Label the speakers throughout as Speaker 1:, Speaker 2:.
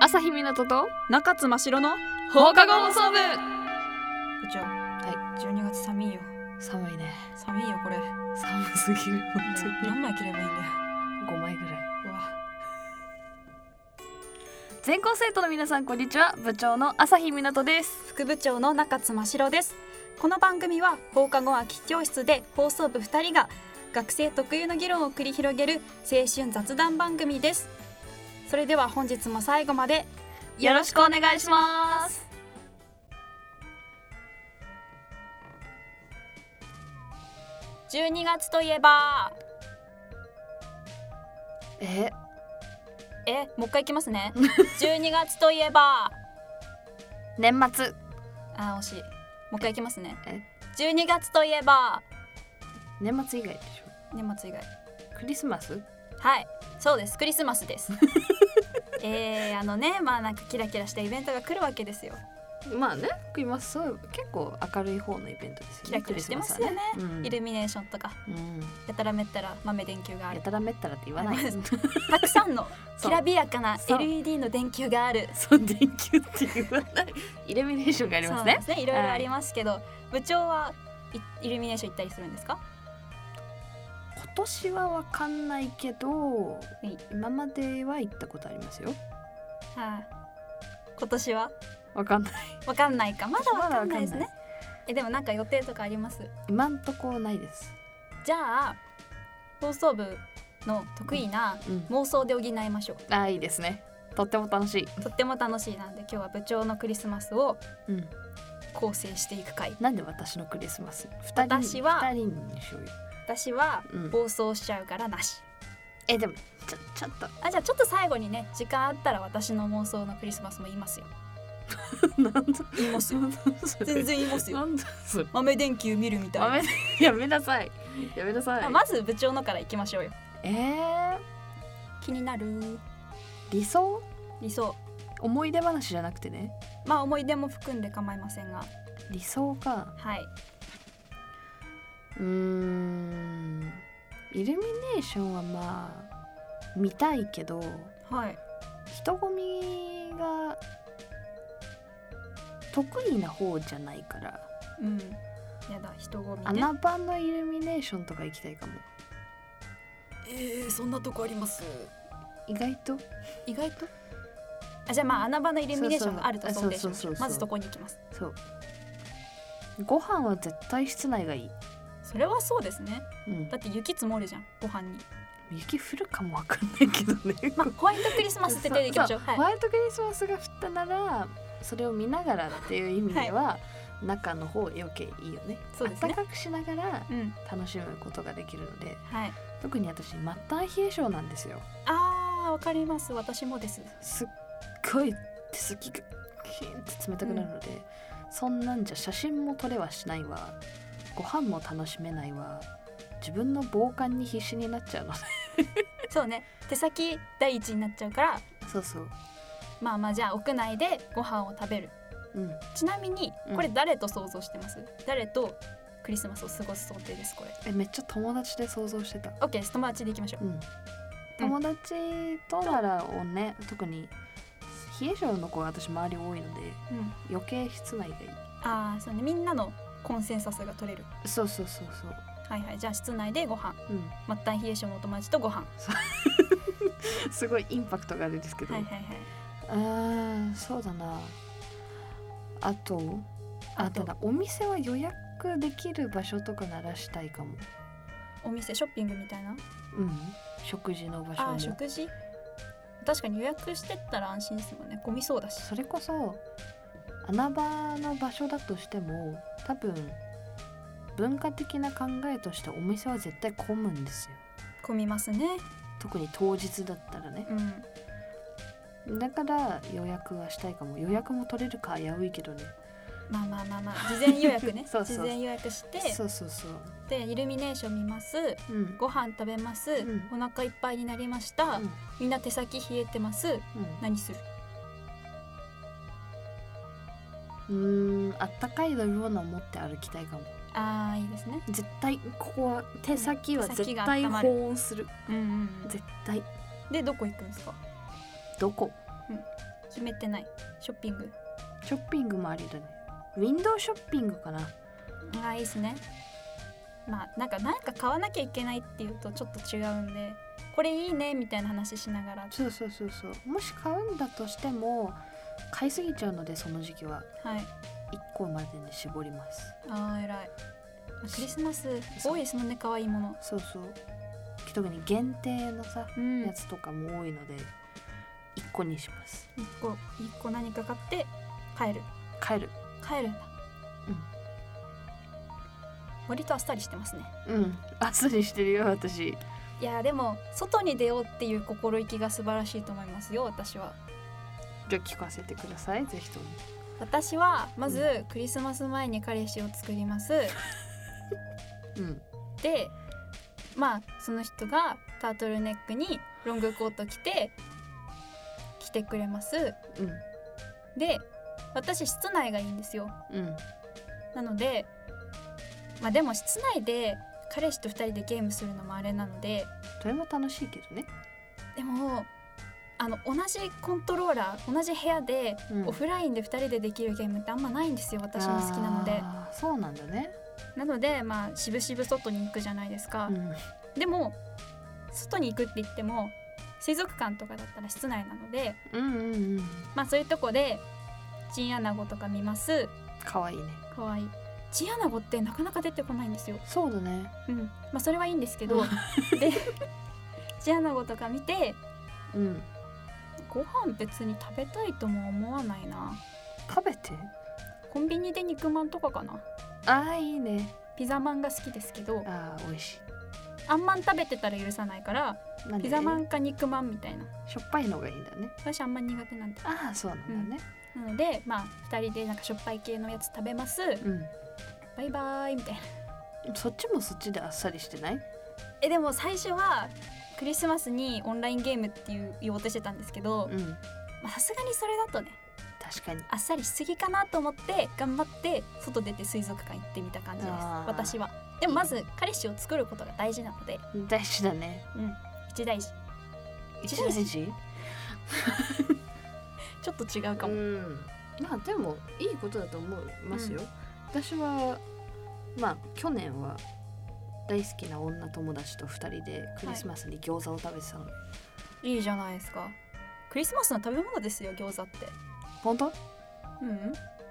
Speaker 1: 朝日湊と
Speaker 2: 中津真白の
Speaker 1: 放課後放送部
Speaker 3: 部長はい12月寒いよ
Speaker 1: 寒いね
Speaker 3: 寒いよこれ
Speaker 1: 寒すぎる本
Speaker 3: 何枚切ればいいんだよ
Speaker 1: 当に5枚ぐらいう
Speaker 3: わ
Speaker 1: 全校生徒の皆さんこんにちは部長の朝日湊です
Speaker 3: 副部長の中津真白ですこの番組は放課後空き教室で放送部2人が学生特有の議論を繰り広げる青春雑談番組ですそれでは本日も最後まで
Speaker 1: よろしくお願いします
Speaker 3: 12月といえば
Speaker 1: え
Speaker 3: えもう一回いきますね12月といえば
Speaker 1: 年末
Speaker 3: あー惜しいもう一回いきますね
Speaker 1: え
Speaker 3: 12月といえば
Speaker 1: 年末以外でし
Speaker 3: 年末以外
Speaker 1: ょクリスマス
Speaker 3: はい、そうです。クリスマス です。えー、あのね、まあなんかキラキラしたイベントが来るわけですよ。
Speaker 1: まあねクリスマスは結構明るい方のイベントですよね
Speaker 3: キラキラしてますよね
Speaker 1: クリスマスはねうん
Speaker 3: イルミネーションとか、
Speaker 1: うん
Speaker 3: やたらめったら豆電球があ
Speaker 1: や
Speaker 3: る。
Speaker 1: たらめったらって言わない
Speaker 3: ありたくさんの
Speaker 1: そ
Speaker 3: き
Speaker 1: う
Speaker 3: らびやかな
Speaker 1: そう
Speaker 3: LED の電球がある。
Speaker 1: そう電球って言わないイルミネーションがあり
Speaker 3: そう
Speaker 1: ます
Speaker 3: な
Speaker 1: ね
Speaker 3: んですね。いろいろありますけど、部長はいイルミネーション行ったりするんですか？
Speaker 1: 今年はわかんないけど、
Speaker 3: い
Speaker 1: 今までは行ったことありますよ
Speaker 3: はい、今年は
Speaker 1: わかんない
Speaker 3: わかんないか。まだわかんないです
Speaker 1: ま
Speaker 3: ね。え、でもなんか予定とかあります？
Speaker 1: 今んとこないです
Speaker 3: じゃあ放送部の得意な
Speaker 1: うん
Speaker 3: 妄想で補いましょう。
Speaker 1: あーいいですねとっても楽しい
Speaker 3: とっても楽しいなんで今日は部長のクリスマスを
Speaker 1: うん
Speaker 3: 構成していく回
Speaker 1: なんで私のクリスマス二人に
Speaker 3: 私は
Speaker 1: 二人にしようよ
Speaker 3: 私は
Speaker 1: うん
Speaker 3: 暴走しちゃうからなし、
Speaker 1: えでもちょちょっと
Speaker 3: あじゃあちょっと最後にね時間あったら私の妄想のクリスマスも言いますよ
Speaker 1: なんだ
Speaker 3: 言いますよ 全然言いますよ
Speaker 1: なんだそれ
Speaker 3: 豆電球見るみた
Speaker 1: や
Speaker 3: い
Speaker 1: め やめなさいやめなさい、
Speaker 3: なまず部長のからいきましょうよ
Speaker 1: えー、
Speaker 3: 気になる
Speaker 1: 理想
Speaker 3: 理想
Speaker 1: 思い出話じゃなくてね
Speaker 3: まあ思い出も含んで構いませんが
Speaker 1: 理想か
Speaker 3: はいう
Speaker 1: ーんイルミネーションはまあ見たいけど
Speaker 3: はい
Speaker 1: 人混みが得意な方じゃないから
Speaker 3: うんやだ人混みね
Speaker 1: 穴場のイルミネーションとか行きたいかも
Speaker 3: えー、そんなとこあります
Speaker 1: 意外と
Speaker 3: 意外とあじゃあまあ穴場のイルミネーションがあると想定しましょ
Speaker 1: そうそうそうそううそう
Speaker 3: まずそこに行きます
Speaker 1: そうご飯は絶対室内がいい、
Speaker 3: それはそうですね
Speaker 1: うん
Speaker 3: だ、って雪積もるじゃんご飯に
Speaker 1: 雪降るかもわかんないけどね、
Speaker 3: まあホワイトクリスマスって出ていきましょう
Speaker 1: そそホ
Speaker 3: はい
Speaker 1: ワイトクリスマスが降ったならそれを見ながらっていう意味では、中の方余計いいよね
Speaker 3: そうですね
Speaker 1: 暖かくしながら
Speaker 3: うん
Speaker 1: 楽しむことができるので
Speaker 3: はい
Speaker 1: 特に私末端冷え性なんですよ
Speaker 3: あーわかります私もです
Speaker 1: すっごい手先がキーンって冷たくなるので、そんなんじゃ写真も撮れはしないわご飯も楽しめないわ自分の防寒に必死になっちゃうの
Speaker 3: そうね手先第一になっちゃうから
Speaker 1: そうそう
Speaker 3: まあまあじゃあ屋内でご飯を食べる
Speaker 1: うん
Speaker 3: ちなみに
Speaker 1: うん
Speaker 3: これ誰と想像してます、誰とクリスマスを過ごす想定ですこれ
Speaker 1: えめっちゃ友達で想像してた
Speaker 3: OK です友達でいきましょう
Speaker 1: うん友達とならをね特に冷え性の子が私周り多いので
Speaker 3: うん
Speaker 1: 余計室内がいい
Speaker 3: ああそうねみんなのコンセンサスが取れる
Speaker 1: そうそうそうそ
Speaker 3: はいはいじゃあ室内でご飯
Speaker 1: ううん
Speaker 3: 末端冷え性のお友達とご飯
Speaker 1: すごいインパクトがあれですけど、
Speaker 3: はいはいはい
Speaker 1: あーそうだなあとあただお店は予約できる場所とかならしたいかも
Speaker 3: お店ショッピングみたいな
Speaker 1: うん食事の場所
Speaker 3: あ
Speaker 1: も
Speaker 3: ー食事確かに予約してったら安心ですもんね混みそうだし
Speaker 1: それこそ穴場の場所だとしても多分文化的な考えとしてお店は絶対混むんですよ
Speaker 3: 混みますね
Speaker 1: 特に当日だったらね
Speaker 3: うん
Speaker 1: だから予約はしたいかも予約も取れるか危ういけどね
Speaker 3: まあまあまあま あ事前予約ね
Speaker 1: そうそうそう
Speaker 3: 事前予約して
Speaker 1: そうそうそう
Speaker 3: でイルミネーション見ます
Speaker 1: うん
Speaker 3: ご飯食べます、
Speaker 1: う
Speaker 3: お腹いっぱいになりました、
Speaker 1: うんうん
Speaker 3: みんな手先冷えてます何する
Speaker 1: うーんあったかい飲み物を持って歩きたいかも
Speaker 3: あーいいですね
Speaker 1: 絶対ここは手先は
Speaker 3: 手
Speaker 1: 絶
Speaker 3: 先が
Speaker 1: 対
Speaker 3: 温まる
Speaker 1: 保温する
Speaker 3: うんうんうん
Speaker 1: 絶対
Speaker 3: でどこ行くんですか
Speaker 1: どこ
Speaker 3: 決めてないショッピング
Speaker 1: ショッピングもありだねウィンドウショッピングかな
Speaker 3: あいいですねまあなんか何か買わなきゃいけないっていうとちょっと違うんでこれいいねみたいな話しながら
Speaker 1: そうそうそうそうもし買うんだとしても買いすぎちゃうのでその時期は
Speaker 3: はい
Speaker 1: 1個までに絞ります
Speaker 3: あー偉いまあクリスマス多いですもんね可愛いもの
Speaker 1: そうそう特に限定のさ
Speaker 3: うん
Speaker 1: やつとかも多いので1個にします
Speaker 3: 一個一個何か買って帰る
Speaker 1: 帰る
Speaker 3: 帰るんだ
Speaker 1: うん
Speaker 3: 割とあっさりしてますね
Speaker 1: うんあっさりしてるよ私
Speaker 3: いやでも外に出ようっていう心意気が素晴らしいと思いますよ私は
Speaker 1: じゃあ聞かせてくださいぜひとも
Speaker 3: 私はまずクリスマス前に彼氏を作ります、
Speaker 1: うん
Speaker 3: でまあその人がタートルネックにロングコート着て来てくれますで私室内がいいんですよ
Speaker 1: うんうん
Speaker 3: なのでまあでも室内で彼氏と2人でゲームするのもあれなので
Speaker 1: それも楽しいけどね
Speaker 3: でもあの同じコントローラー同じ部屋で、
Speaker 1: うん
Speaker 3: オフラインで2人でできるゲームってあんまないんですよ私も好きなので
Speaker 1: あーそうなんだね
Speaker 3: なのでまあしぶしぶ外に行くじゃないですか、
Speaker 1: うん
Speaker 3: でも外に行くって言っても水族館とかだったら室内なので
Speaker 1: うんうんうん
Speaker 3: まあそういうとこでチンアナゴとか見ます
Speaker 1: かわいいね
Speaker 3: かわいいチンアナゴってなかなか出てこないんですよ
Speaker 1: そうだね
Speaker 3: うんまあそれはいいんですけど、
Speaker 1: うん
Speaker 3: で チンアナゴとか見て
Speaker 1: うん
Speaker 3: ご飯別に食べたいとも思わないな
Speaker 1: 食べて
Speaker 3: コンビニで肉まんとかかな
Speaker 1: あーいいね
Speaker 3: ピザまんが好きですけど
Speaker 1: あー美味し
Speaker 3: あんまん食べてたら許さないから
Speaker 1: いなんで
Speaker 3: ピザまんか肉まんみたいな
Speaker 1: しょっぱいのがいいんだね
Speaker 3: 私あんま苦手なんで
Speaker 1: ああそうなんだね
Speaker 3: なのでまあ2人でなんかしょっぱい系のやつ食べます
Speaker 1: う
Speaker 3: バイバーイみたいなん
Speaker 1: そっちもそっちであっさりしてない
Speaker 3: えでも最初はクリスマスにオンラインゲームっていう言おうとしてたんですけど
Speaker 1: うん
Speaker 3: まあさすがにそれだとね
Speaker 1: 確かに
Speaker 3: あっさりしすぎかなと思って頑張って外出て水族館行ってみた感じです
Speaker 1: あー
Speaker 3: 私はでもまず彼氏を作ることが大事なので、
Speaker 1: 大事だね
Speaker 3: うん、一大事
Speaker 1: 一
Speaker 3: 大事
Speaker 1: 大事
Speaker 3: ちょっと違うかも、
Speaker 1: うんまあでもいいことだと思いますよ、私はまあ去年は大好きな女友達と二人でクリスマスに餃子を食べてたの、
Speaker 3: いいじゃないですかクリスマスの食べ物ですよ餃子って
Speaker 1: 本当
Speaker 3: うん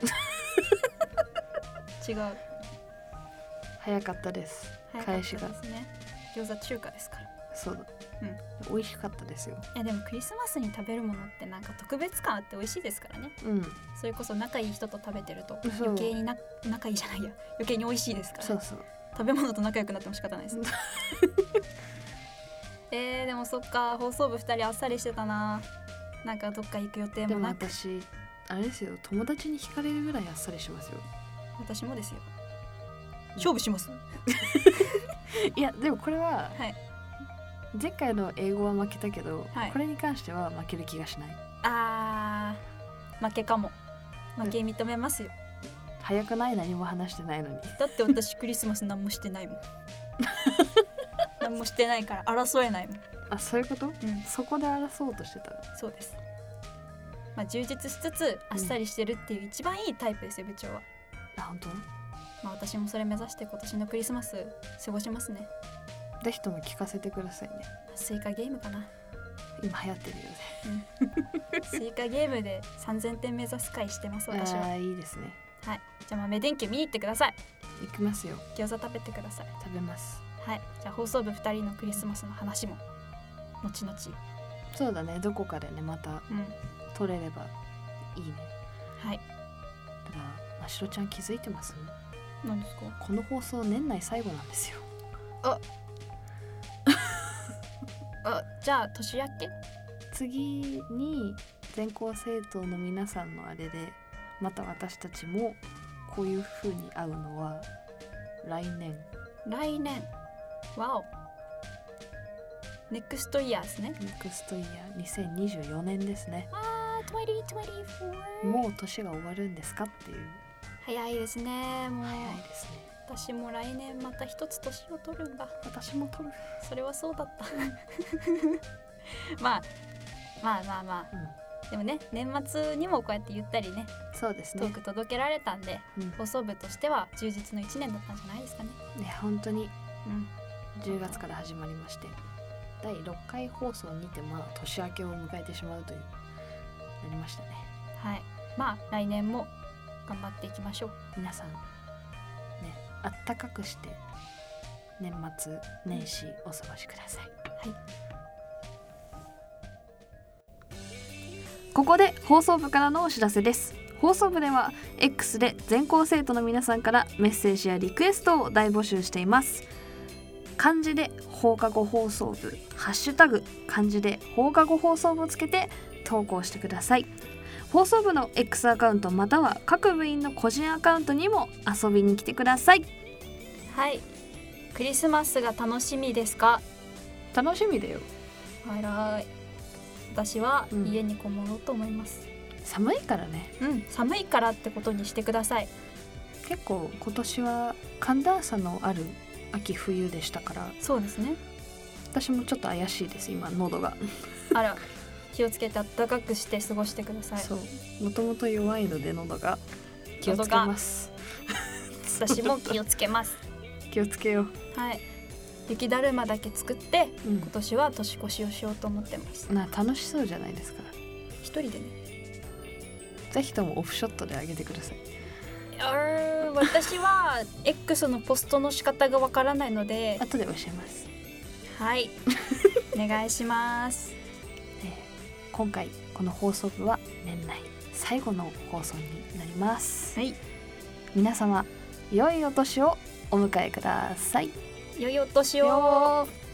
Speaker 3: 違う
Speaker 1: 早かったです
Speaker 3: 早かった
Speaker 1: 返
Speaker 3: で
Speaker 1: し
Speaker 3: す
Speaker 1: が
Speaker 3: ね餃子中華ですから
Speaker 1: そうだ、美味しかったですよ
Speaker 3: いやでもクリスマスに食べるものってなんか特別感あって美味しいですからね
Speaker 1: うん
Speaker 3: それこそ仲いい人と食べてると
Speaker 1: そう
Speaker 3: 余計にな仲いいじゃないや余計に美味しいですから
Speaker 1: そ
Speaker 3: ね、
Speaker 1: うそう
Speaker 3: 食べ物と仲良くなっても仕方ないです えー、でもそっか放送部2人あっさりしてたななんかどっか行く予定
Speaker 1: で
Speaker 3: も
Speaker 1: も
Speaker 3: なく
Speaker 1: 私あれですよ友達に惹かれるぐらいあっさりしますよ
Speaker 3: 私もですよ勝負します
Speaker 1: いやでもこれは、
Speaker 3: はい
Speaker 1: 前回の英語は負けたけど、
Speaker 3: はい
Speaker 1: これに関しては負ける気がしない
Speaker 3: あー負けかも負け認めますよ
Speaker 1: 早くない何も話してないのに
Speaker 3: だって私クリスマス何もして ないもん何もしてないから争えないもん、
Speaker 1: あそういうこと
Speaker 3: うん、
Speaker 1: そこで争おうとしてた
Speaker 3: そうです。まあ、充実しつつあっさりしてるっていう一番いいタイプですよ部長は、
Speaker 1: あ本当
Speaker 3: まあ、私もそれ目指して今年のクリスマス過ごしますね
Speaker 1: ぜひとも聞かせてくださいね
Speaker 3: スイカゲームか な
Speaker 1: 今流行ってるよね
Speaker 3: スイカゲームで3000点目指す会してます私は
Speaker 1: ああーいいですね
Speaker 3: はいじゃあ豆電球見に行ってください
Speaker 1: 行きますよ
Speaker 3: 餃子食べてください
Speaker 1: 食べます
Speaker 3: はいじゃあ放送部2人のクリスマスの話も後々
Speaker 1: そうだねどこかでねまた
Speaker 3: うん
Speaker 1: 取れればいいね
Speaker 3: はい
Speaker 1: ただましろちゃん気づいてます
Speaker 3: 何ですか
Speaker 1: この放送年内最後なんですよ
Speaker 3: あじゃあ年明け
Speaker 1: 次に全校生徒の皆さんのあれでまた私たちもこういう風に会うのは来年
Speaker 3: 来年わおネクストイヤーですね
Speaker 1: ネクストイヤー2024年ですね
Speaker 3: あー2024
Speaker 1: もう年が終わるんですかっていう
Speaker 3: 早いですねもう
Speaker 1: 早いですね
Speaker 3: 私も来年また一つ年を取るんだ
Speaker 1: 私も取る
Speaker 3: それはそうだったまあまあまあまあ
Speaker 1: う
Speaker 3: でもね年末にもこうやってゆったりね
Speaker 1: そうです
Speaker 3: ト
Speaker 1: ね
Speaker 3: ーク届けられたんで、
Speaker 1: うん
Speaker 3: 放送部としては充実の1年だったんじゃないですかね。
Speaker 1: ね本当に
Speaker 3: うん、
Speaker 1: 10月から始まりまして第6回放送にてまあ年明けを迎えてしまうというなりましたね
Speaker 3: はいまあ来年も頑張っていきましょう。
Speaker 1: 皆さんねあったかくして年末年始お過ごしください、
Speaker 3: はい
Speaker 1: ここで放送部からのお知らせです放送部では X で全校生徒の皆さんからメッセージやリクエストを大募集しています漢字で放課後放送部ハッシュタグ漢字で放課後放送部をつけて投稿してください放送部の X アカウントまたは各部員の個人アカウントにも遊びに来てください
Speaker 3: はいクリスマスが楽しみですか
Speaker 1: 楽しみだよ
Speaker 3: はいらい私は
Speaker 1: うん
Speaker 3: 家にこもろうと思います、
Speaker 1: 寒いからね
Speaker 3: うん寒いからってことにしてください
Speaker 1: 結構今年は寒暖差のある秋冬でしたから
Speaker 3: そうですね
Speaker 1: 私もちょっと怪しいです今喉が、
Speaker 3: あら気をつけて暖かくして過ごしてください
Speaker 1: そうもともと弱いので喉が気をつけます
Speaker 3: 私も気をつけ ます
Speaker 1: 気をつけよう、
Speaker 3: はい雪だるまだけ作って
Speaker 1: うん
Speaker 3: 今年は年越しをしようと思ってます
Speaker 1: な楽しそうじゃないですか
Speaker 3: 一人でね
Speaker 1: ぜひともオフショットであげてください
Speaker 3: あー私は X のポストの仕方がわからないので
Speaker 1: 後で教えます、
Speaker 3: はいお願いします
Speaker 1: えー今回この放送部は年内最後の放送になります
Speaker 3: はい
Speaker 1: 皆様良いお年をお迎えください
Speaker 3: 良いお年を
Speaker 1: よー